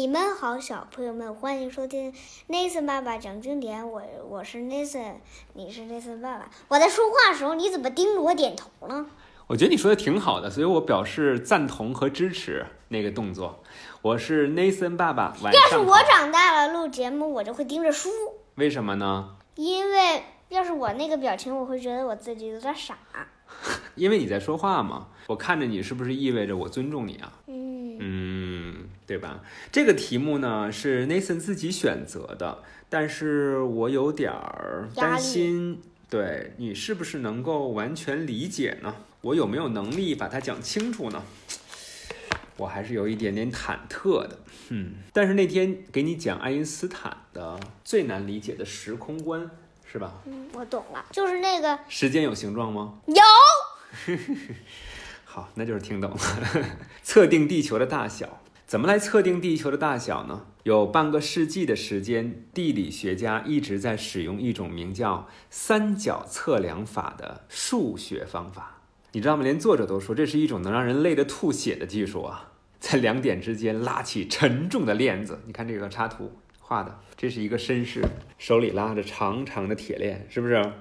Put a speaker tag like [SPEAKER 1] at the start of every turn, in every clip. [SPEAKER 1] 你们好，小朋友们，欢迎收听 Nathan 爸爸讲经典。我我是 Nathan，你是 Nathan 爸爸。我在说话的时候，你怎么盯着我点头呢？
[SPEAKER 2] 我觉得你说的挺好的，所以我表示赞同和支持那个动作。我是 Nathan 爸爸，晚上
[SPEAKER 1] 要是
[SPEAKER 2] 好
[SPEAKER 1] 我长大了录节目，我就会盯着书，
[SPEAKER 2] 为什么呢？
[SPEAKER 1] 因为要是我那个表情，我会觉得我自己有点傻。
[SPEAKER 2] 因为你在说话嘛。我看着你，是不是意味着我尊重你啊？
[SPEAKER 1] 嗯，
[SPEAKER 2] 嗯，对吧？这个题目呢是 Nathan 自己选择的，但是我有点儿
[SPEAKER 1] 压
[SPEAKER 2] 担
[SPEAKER 1] 力
[SPEAKER 2] 心，对你是不是能够完全理解呢？我有没有能力把它讲清楚呢？我还是有一点点忐忑的，嗯。但是那天给你讲爱因斯坦的最难理解的时空观，是吧？
[SPEAKER 1] 嗯我懂了，就是那个
[SPEAKER 2] 时间有形状吗？
[SPEAKER 1] 有
[SPEAKER 2] 好，那就是听懂了。 测定地球的大小，怎么来测定地球的大小呢？有半个世纪的时间，地理学家一直在使用一种名叫三角测量法的数学方法。你知道吗？连作者都说这是一种能让人累得吐血的技术啊！在两点之间拉起沉重的链子，你看这个插图画的，这是一个绅士手里拉着长长的铁链，是不是？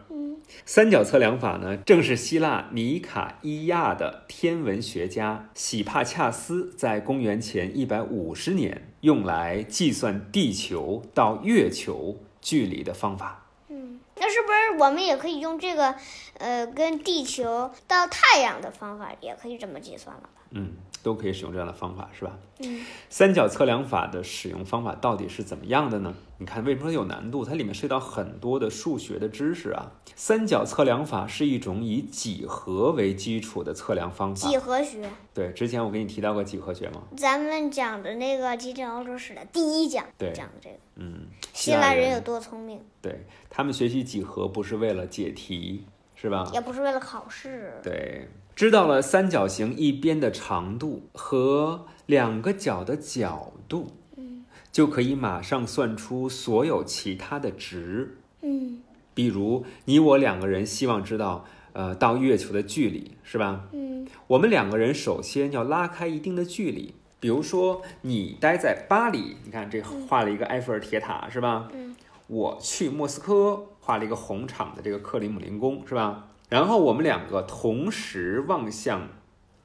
[SPEAKER 2] 三角测量法呢，正是希腊尼卡伊亚的天文学家喜帕恰斯在公元前一百五十年用来计算地球到月球距离的方法。
[SPEAKER 1] 嗯，那是不是我们也可以用这个，呃，跟地球到太阳的方法，也可以这么计算了吧？
[SPEAKER 2] 嗯，都可以使用这样的方法，是吧？
[SPEAKER 1] 嗯，
[SPEAKER 2] 三角测量法的使用方法到底是怎么样的呢？你看，为什么它有难度？它里面涉及到很多的数学的知识啊。三角测量法是一种以几何为基础的测量方法
[SPEAKER 1] 几。何学，
[SPEAKER 2] 对，之前我给你提到过几何学吗？
[SPEAKER 1] 咱们讲的那个极简欧洲史的第一讲，
[SPEAKER 2] 对
[SPEAKER 1] 讲这个
[SPEAKER 2] 嗯，
[SPEAKER 1] 希腊人有多聪明，
[SPEAKER 2] 对他们学习几何不是为了解题，是吧？
[SPEAKER 1] 也不是为了考试。
[SPEAKER 2] 对，知道了三角形一边的长度和两个角的角度，
[SPEAKER 1] 嗯
[SPEAKER 2] 就可以马上算出所有其他的值。
[SPEAKER 1] 嗯
[SPEAKER 2] 比如你我两个人希望知道，呃，到月球的距离，是吧？
[SPEAKER 1] 嗯
[SPEAKER 2] 我们两个人首先要拉开一定的距离。比如说，你待在巴黎，你看这画了一个埃菲尔铁塔，是吧？
[SPEAKER 1] 嗯。
[SPEAKER 2] 我去莫斯科，画了一个红场的这个克里姆林宫，是吧？然后我们两个同时望向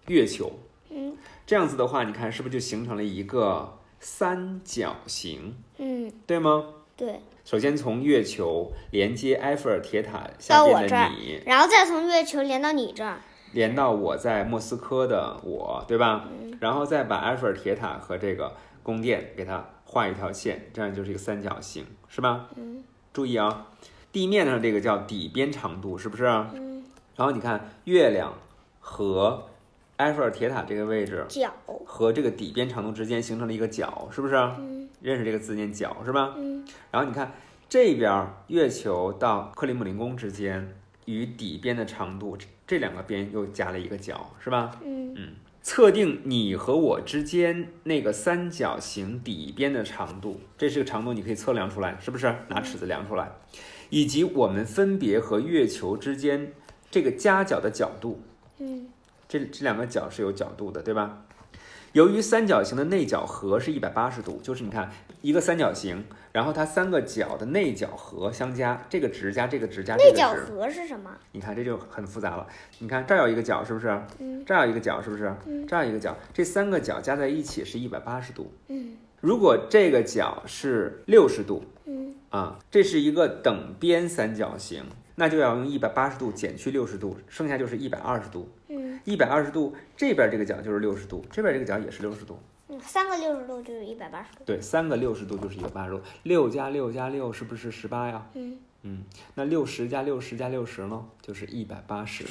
[SPEAKER 2] 月球，
[SPEAKER 1] 嗯
[SPEAKER 2] 这样子的话，你看是不是就形成了一个三角形，
[SPEAKER 1] 嗯，
[SPEAKER 2] 对吗？
[SPEAKER 1] 对，
[SPEAKER 2] 首先从月球连接埃菲尔铁塔下
[SPEAKER 1] 到我
[SPEAKER 2] 边
[SPEAKER 1] 这
[SPEAKER 2] 的
[SPEAKER 1] 儿
[SPEAKER 2] 你，
[SPEAKER 1] 然后再从月球连到你这儿。
[SPEAKER 2] 连到我在莫斯科的我，对吧？
[SPEAKER 1] 嗯
[SPEAKER 2] 然后再把埃菲尔铁塔和这个宫殿给它画一条线，这样就是一个三角形，是吧？
[SPEAKER 1] 嗯
[SPEAKER 2] 注意啊，地面上这个叫底边长度，是不是？
[SPEAKER 1] 嗯，
[SPEAKER 2] 然后你看月亮和埃菲尔铁塔这个位置
[SPEAKER 1] 角。
[SPEAKER 2] 和这个底边长度之间形成了一个角，是不是？
[SPEAKER 1] 嗯
[SPEAKER 2] 认识这个字念角是吧？
[SPEAKER 1] 嗯
[SPEAKER 2] 然后你看这边儿月球到克里姆林宫之间与底边的长度，这这两个边又加了一个角，是吧？
[SPEAKER 1] 嗯
[SPEAKER 2] 测定你和我之间那个三角形底边的长度，这是个长度，你可以测量出来，是不是？拿尺子量出来，以及我们分别和月球之间这个夹角的角度，
[SPEAKER 1] 嗯
[SPEAKER 2] 这这两个角是有角度的，对吧？由于三角形的内角和是一百八十度，就是你看一个三角形，然后它三个角的内角和相加，这个值加这个值加这
[SPEAKER 1] 内
[SPEAKER 2] 个
[SPEAKER 1] 角
[SPEAKER 2] 值，
[SPEAKER 1] 和是什么？
[SPEAKER 2] 你看这就很复杂了。你看这儿有一个角，是不是？
[SPEAKER 1] 嗯
[SPEAKER 2] 这儿有一个角，是不是
[SPEAKER 1] 嗯？
[SPEAKER 2] 这儿有一个角，这三个角加在一起是一百八十度。
[SPEAKER 1] 嗯
[SPEAKER 2] 如果这个角是六十度
[SPEAKER 1] 嗯
[SPEAKER 2] 啊，这是一个等边三角形，那就要用一百八十度减去六十度，剩下就是一百二十度。
[SPEAKER 1] 嗯
[SPEAKER 2] 一百二十度，这边这个角就是六十度，这边这个角也是六十度。
[SPEAKER 1] 嗯，三个六十度就是一百八十度。
[SPEAKER 2] 对，三个六十度就是一百八十度，六加六加六是不是十八呀？
[SPEAKER 1] 嗯
[SPEAKER 2] 嗯，那六十加六十加六十呢，就是一百八十，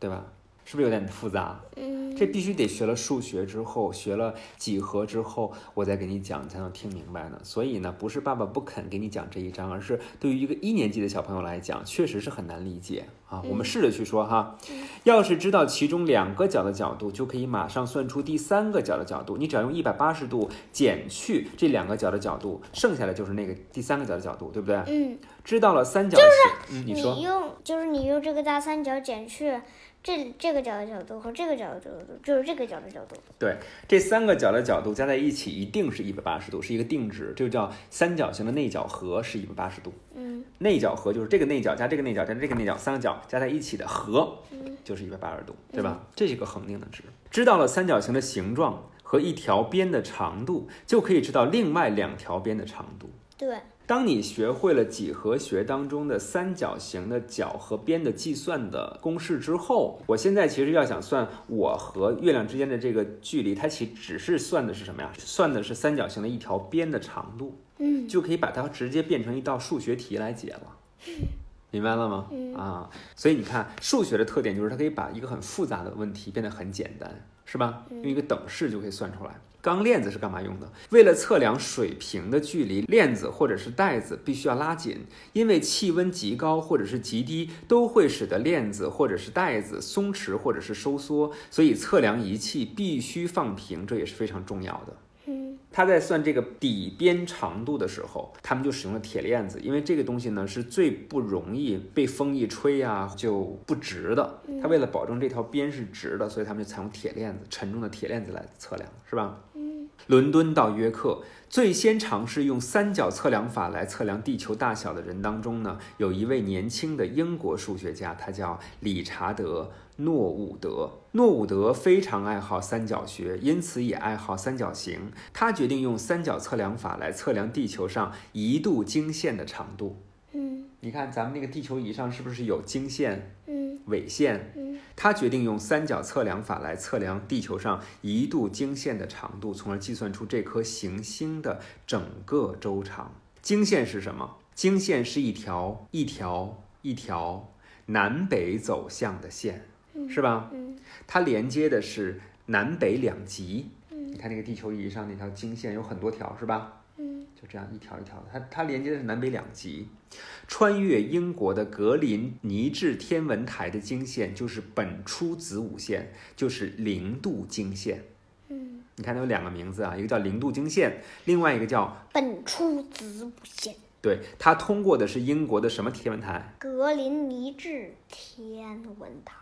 [SPEAKER 2] 对吧？是不是有点复杂？
[SPEAKER 1] 嗯
[SPEAKER 2] 这必须得学了数学之后，学了几何之后，我再给你讲，你才能听明白呢。所以呢，不是爸爸不肯给你讲这一章，而是对于一个一年级的小朋友来讲，确实是很难理解啊。我们试着去说哈， 要是知道其中两个角的角度，就可以马上算出第三个角的角度。你只要用一百八十度减去这两个角的角度，剩下的就是那个第三个角的角度，对不对？
[SPEAKER 1] 嗯，
[SPEAKER 2] 知道了三角形，嗯，你说
[SPEAKER 1] 你用就是你用这个大三角减去这这个角的角度和这个角的角度，就是这个角的角度。
[SPEAKER 2] 对，这三个角的角度加在一起一定是一百八十度，是一个定值，这就叫三角形的内角和是一百八十度。
[SPEAKER 1] 嗯
[SPEAKER 2] 内角和就是这个内角加这个内角加这个内角，三个角加在一起的和就是一百八十度，对吧？这是一个恒定的值。知道了三角形的形状和一条边的长度，就可以知道另外两条边的长度。
[SPEAKER 1] 对，
[SPEAKER 2] 当你学会了几何学当中的三角形的角和边的计算的公式之后，我现在其实要想算我和月亮之间的这个距离，它其实只是算的是什么呀？算的是三角形的一条边的长度，
[SPEAKER 1] 嗯
[SPEAKER 2] 就可以把它直接变成一道数学题来解了。明白了吗？
[SPEAKER 1] 嗯
[SPEAKER 2] 啊，所以你看，数学的特点就是它可以把一个很复杂的问题变得很简单，是吧？
[SPEAKER 1] 嗯
[SPEAKER 2] 用一个等式就可以算出来。钢链子是干嘛用的？为了测量水平的距离，链子或者是带子必须要拉紧，因为气温极高或者是极低都会使得链子或者是带子松弛或者是收缩，所以测量仪器必须放平，这也是非常重要的。
[SPEAKER 1] 嗯
[SPEAKER 2] 他在算这个底边长度的时候，他们就使用了铁链子，因为这个东西呢是最不容易被风一吹啊就不直的。他为了保证这条边是直的，所以他们就采用铁链子，沉重的铁链子来测量，是吧？
[SPEAKER 1] 嗯
[SPEAKER 2] 伦敦到约克，最先尝试用三角测量法来测量地球大小的人当中呢，有一位年轻的英国数学家，他叫理查德·诺伍德。诺伍德非常爱好三角学，因此也爱好三角形。他决定用三角测量法来测量地球上一度经线的长度。
[SPEAKER 1] 嗯
[SPEAKER 2] 你看，咱们那个地球仪上是不是有经线、
[SPEAKER 1] 嗯
[SPEAKER 2] 纬线？
[SPEAKER 1] 嗯
[SPEAKER 2] 他决定用三角测量法来测量地球上一度经线的长度，从而计算出这颗行星的整个周长。经线是什么？经线是一条一条一条南北走向的线，
[SPEAKER 1] 嗯
[SPEAKER 2] 是吧？
[SPEAKER 1] 嗯
[SPEAKER 2] 它连接的是南北两极。
[SPEAKER 1] 嗯
[SPEAKER 2] 你看那个地球仪上那条经线有很多条，是吧？
[SPEAKER 1] 嗯
[SPEAKER 2] 就这样一条一条的，它它连接的是南北两极，穿越英国的格林尼治天文台的经线就是本初子午线，就是零度经线。
[SPEAKER 1] 嗯，
[SPEAKER 2] 你看它有两个名字啊，一个叫零度经线，另外一个叫
[SPEAKER 1] 本初子午线，
[SPEAKER 2] 对它通过的是英国的什么天文台？
[SPEAKER 1] 格林尼治天文台。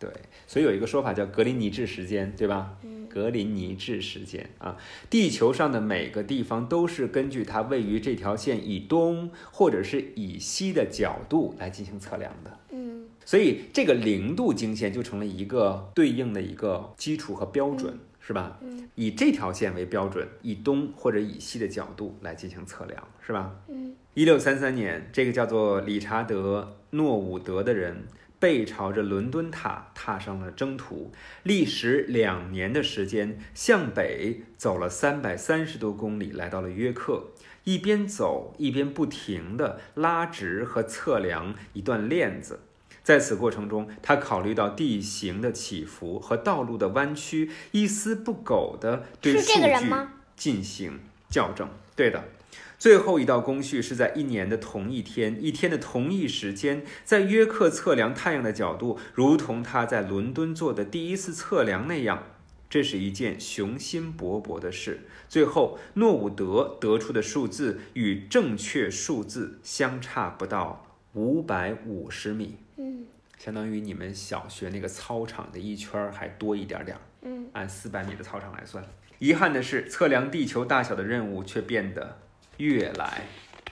[SPEAKER 2] 对，所以有一个说法叫格林尼治时间，对吧？
[SPEAKER 1] 嗯
[SPEAKER 2] 格林尼治时间啊，地球上的每个地方都是根据它位于这条线以东或者是以西的角度来进行测量的。
[SPEAKER 1] 嗯
[SPEAKER 2] 所以这个零度经线就成了一个对应的一个基础和标准，是吧？
[SPEAKER 1] 嗯
[SPEAKER 2] 以这条线为标准，以东或者以西的角度来进行测量，是吧？
[SPEAKER 1] 嗯
[SPEAKER 2] 一六三三年，这个叫做理查德·诺伍德的人背朝着伦敦塔踏上了征途，历时两年的时间，向北走了三百三十多公里，来到了约克。一边走一边不停地拉直和测量一段链子。在此过程中，他考虑到地形的起伏和道路的弯曲，一丝不苟地对
[SPEAKER 1] 是这个人
[SPEAKER 2] 数据
[SPEAKER 1] 吗
[SPEAKER 2] 进行校正。对的，最后一道工序是在一年的同一天、一天的同一时间，在约克测量太阳的角度，如同他在伦敦做的第一次测量那样。这是一件雄心勃勃的事。最后，诺伍德得出的数字与正确数字相差不到五百五十米，
[SPEAKER 1] 嗯
[SPEAKER 2] 相当于你们小学那个操场的一圈儿还多一点点儿。
[SPEAKER 1] 嗯
[SPEAKER 2] 按四百米的操场来算。遗憾的是，测量地球大小的任务却变得越来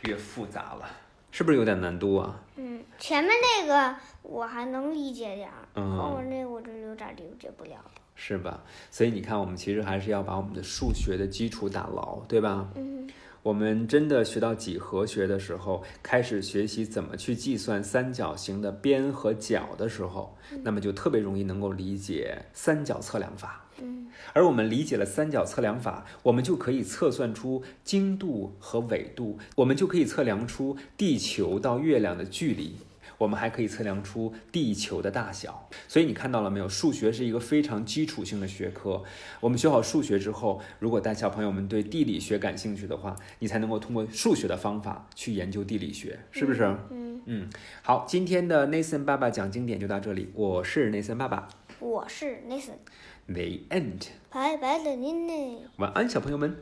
[SPEAKER 2] 越复杂了，是不是有点难度啊？
[SPEAKER 1] 嗯，前面那个我还能理解点儿，
[SPEAKER 2] 嗯
[SPEAKER 1] 后面那个我就有点理解不了了。
[SPEAKER 2] 是吧？所以你看，我们其实还是要把我们的数学的基础打牢，对吧？
[SPEAKER 1] 嗯
[SPEAKER 2] 我们真的学到几何学的时候，开始学习怎么去计算三角形的边和角的时候，那么就特别容易能够理解三角测量法。
[SPEAKER 1] 嗯
[SPEAKER 2] 而我们理解了三角测量法，我们就可以测算出经度和纬度，我们就可以测量出地球到月亮的距离，我们还可以测量出地球的大小。所以你看到了没有？数学是一个非常基础性的学科。我们学好数学之后，如果带小朋友们对地理学感兴趣的话，你才能够通过数学的方法去研究地理学，是不是？
[SPEAKER 1] 嗯，
[SPEAKER 2] 嗯，好，今天的 Nathan 爸爸讲经典就到这里，我是 Nathan 爸爸
[SPEAKER 1] 我是 Nathan，
[SPEAKER 2] ，The End，
[SPEAKER 1] 拜拜了您嘞。
[SPEAKER 2] 晚安，小朋友们。